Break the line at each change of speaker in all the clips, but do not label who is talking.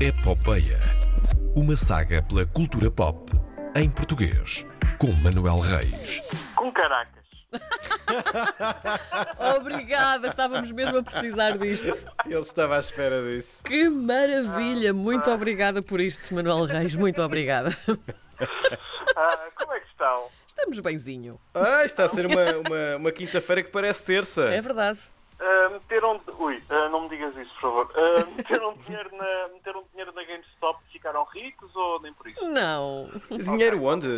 Epopeia. É Uma saga pela cultura pop em português, com Manuel Reis.
Com caracas.
Obrigada, estávamos mesmo a precisar disto.
Ele estava à espera disso.
Que maravilha! Muito obrigada por isto, Manuel Reis. Muito obrigada.
Ah, como é que estão?
Estamos benzinho.
Ah, está a ser uma, uma, uma quinta-feira que parece terça.
É verdade.
Ah, meteram. Ui, ah, não me digas isso, por favor. Ah, meteram, dinheiro na, meteram dinheiro na GameStop e ficaram ricos ou nem por isso?
Não.
Dinheiro onde?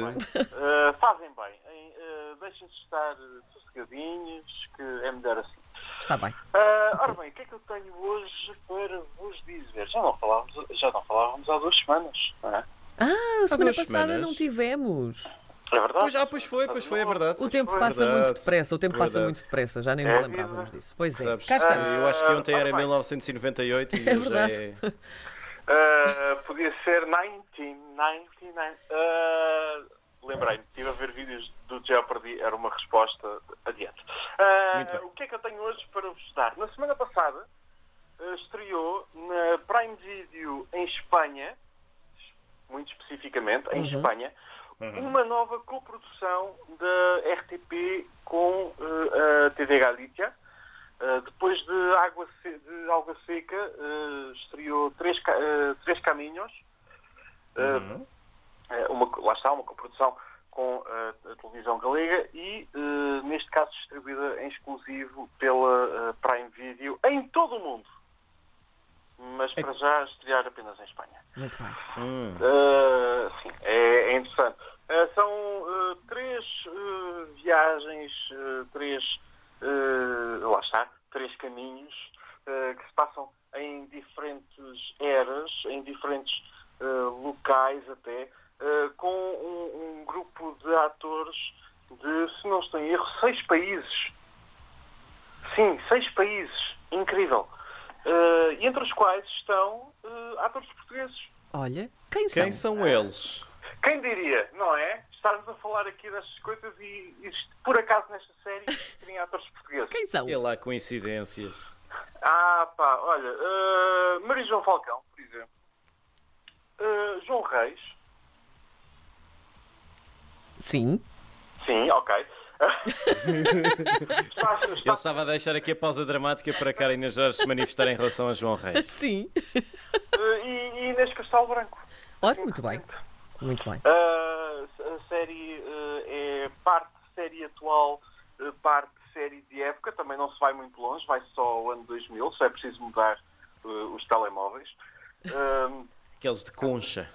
Ah, fazem bem. Em, ah, Deixem-se estar sossegadinhos, que é melhor assim.
Está bem.
Ah, ora bem, o que é que eu tenho hoje para vos dizer? Já não falávamos, já não falávamos há duas semanas, não é?
Ah, a semana
duas
passada
semanas.
não tivemos.
É verdade?
Pois, ah, pois foi, pois foi, é verdade.
O tempo passa
Verdade.
muito depressa, o tempo passa
Verdade.
muito depressa, já nem
É
nos
a
lembrávamos
vida.
disso. Pois é,
Sabes, Ah.
cá estamos.
Eu acho que ontem era
Ah, bem.
1998 e
É
hoje
verdade.
é.
Ah, podia ser 1999. Ah, Lembrei-me, estive a ver vídeos do Jeopardy, era uma resposta adiante. Ah,
Muito bem.
o que é que eu tenho hoje para vos dar? Na semana passada ah, estreou na Prime Video em Espanha, muito especificamente em
Uhum.
Espanha, uma nova coprodução da RTP com ah, a TV Galícia. Uh, depois de Água Se- de Alga Seca, uh, estreou Três, Ca- uh, três Caminhos, uh, uh, uma, co- lá está, uma coprodução com uh, a televisão galega e, uh, neste caso, distribuída em exclusivo pela uh, Prime Video em todo o mundo. Mas para já estrear apenas em Espanha.
Muito bem.
Hum.
Uh, sim, é, é interessante. Uh, são uh, três uh, viagens, uh, três, uh, lá está, três caminhos uh, que se passam em diferentes eras, em diferentes uh, locais até, uh, com um, um grupo de atores de, se não estou em erro, seis países. Sim, seis países. Incrível. Uh, e entre os quais estão uh, atores portugueses.
Olha, quem são?
Quem são eles?
Quem diria, não é? Estarmos a falar aqui destas coisas e, e isto, por acaso nesta série terem atores portugueses.
Quem são?
É lá coincidências.
Ah pá, olha, uh, Maria João Falcão, por exemplo. Uh, João Reis,
Sim.
sim, ok. Está-
Ele
está-
estava a deixar aqui a pausa dramática para Karina Jorge se manifestar em relação a João Reis.
Sim.
uh, e, e Inês Castelo Branco.
Olha, muito bem. Muito bem.
Uh, a série uh, é parte série atual, uh, parte série de época, também não se vai muito longe, vai só ao ano 2000, só é preciso mudar uh, os telemóveis. Um,
Aqueles de concha.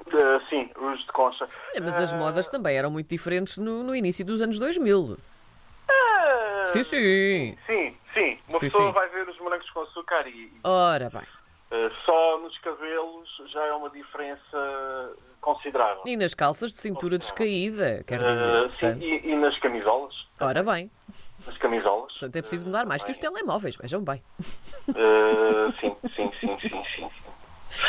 Uh, sim, os de concha.
Olha, Mas
Ah.
as modas também eram muito diferentes no, no início dos anos 2000.
Ah,
Sim, sim.
Sim, sim. Uma
Sim,
pessoa
sim.
vai ver os morangos com açúcar e e,
Ora bem.
uh, só nos cabelos já é uma diferença considerável.
E nas calças de cintura descaída, quer dizer.
Uh, sim,
portanto.
e, e nas camisolas.
Ora bem.
Nas camisolas.
Portanto, é preciso mudar mais que
Ah,
os telemóveis, vejam bem.
Uh, sim, sim, sim, sim, sim. sim.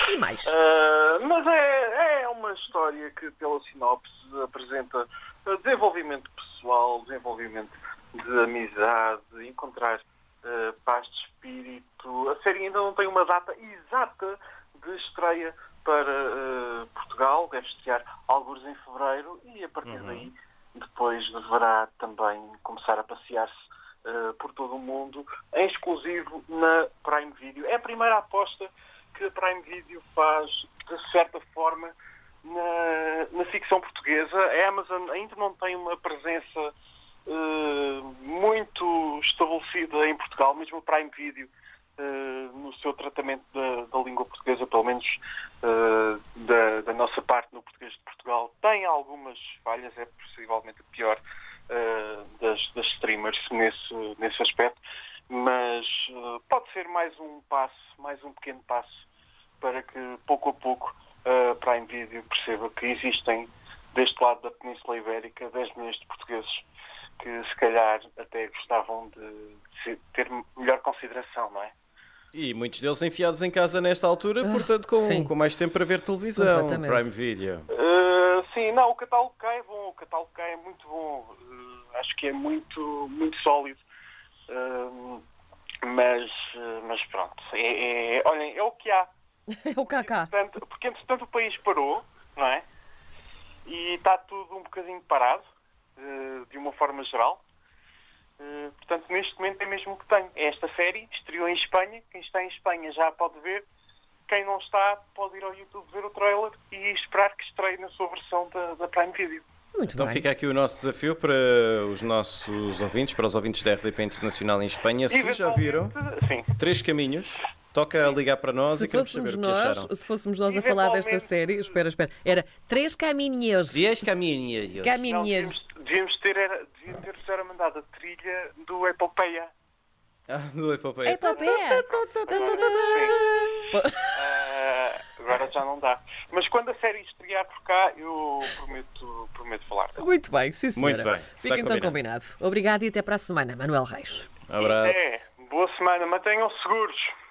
E mais.
Uh, mas é, é uma história que, pela sinopse, apresenta uh, desenvolvimento pessoal, desenvolvimento de amizade, encontrar uh, paz de espírito. A série ainda não tem uma data exata de estreia para uh, Portugal, deve estrear alguns em fevereiro e, a partir daí, depois deverá também começar a passear-se uh, por todo o mundo, em exclusivo na Prime Video. É a primeira aposta que a Prime Video faz, de certa forma, na, na ficção portuguesa. A Amazon ainda não tem uma presença uh, muito estabelecida em Portugal, mesmo a Prime Video. uh, no seu tratamento da, da língua portuguesa, pelo menos uh, da, da nossa parte no português de Portugal, tem algumas falhas, é possivelmente a pior uh, das, das streamers nesse, nesse aspecto, mas uh, pode ser mais um passo, mais um pequeno passo para que pouco a pouco eh, a Prime Video perceba que existem deste lado da Península Ibérica 10 milhões de portugueses que se calhar até gostavam de se- ter melhor consideração, não é?
E muitos deles enfiados em casa nesta altura, portanto,
Ah, sim.
com, com mais tempo para ver televisão,
Completamente.
Prime Video.
Uh, sim, não, o catálogo cá é bom, o catálogo cá é muito bom, Uh, acho que é muito, muito sólido, Eh, Um, mas, uh, mas pronto, é, é- olhem, é o que há,
É o Kaká.
Portanto, porque entretanto o país parou, não é? E está tudo um bocadinho parado, eh, de uma forma geral. Eh, Portanto, neste momento é mesmo o que tenho. É esta série, estreou em Espanha. Quem está em Espanha já a pode ver. Quem não está, pode ir ao YouTube ver o trailer e esperar que estreie na sua versão da, da Prime Video.
Muito
Então
bem.
fica aqui o nosso desafio para os nossos ouvintes, para os ouvintes da RDP Internacional em Espanha. Se já viram,
Eventualmente, Sim.
três caminhos. Toca ligar para nós
Se
e queremos saber
fôssemos,
o que acharam.
nós, se fôssemos nós a falar desta
Eventualmente-
série, espera, espera, era Três Caminhos.
Diez caminhos.
Não,
Caminhos.
devíamos, devíamos ter, era, devíamos ter, ter mandado a trilha do Epopeia.
Ah, do Epopeia.
É papel.
Ah, agora já não dá. Mas quando a série estrear por cá, eu prometo, prometo falar.
Muito bem, sim senhora.
Muito bem, está
Fica então
combinado.
combinado. Obrigada e até para a semana, Manuel Reis.
Abraço.
É, boa semana, É, mantenham-se seguros.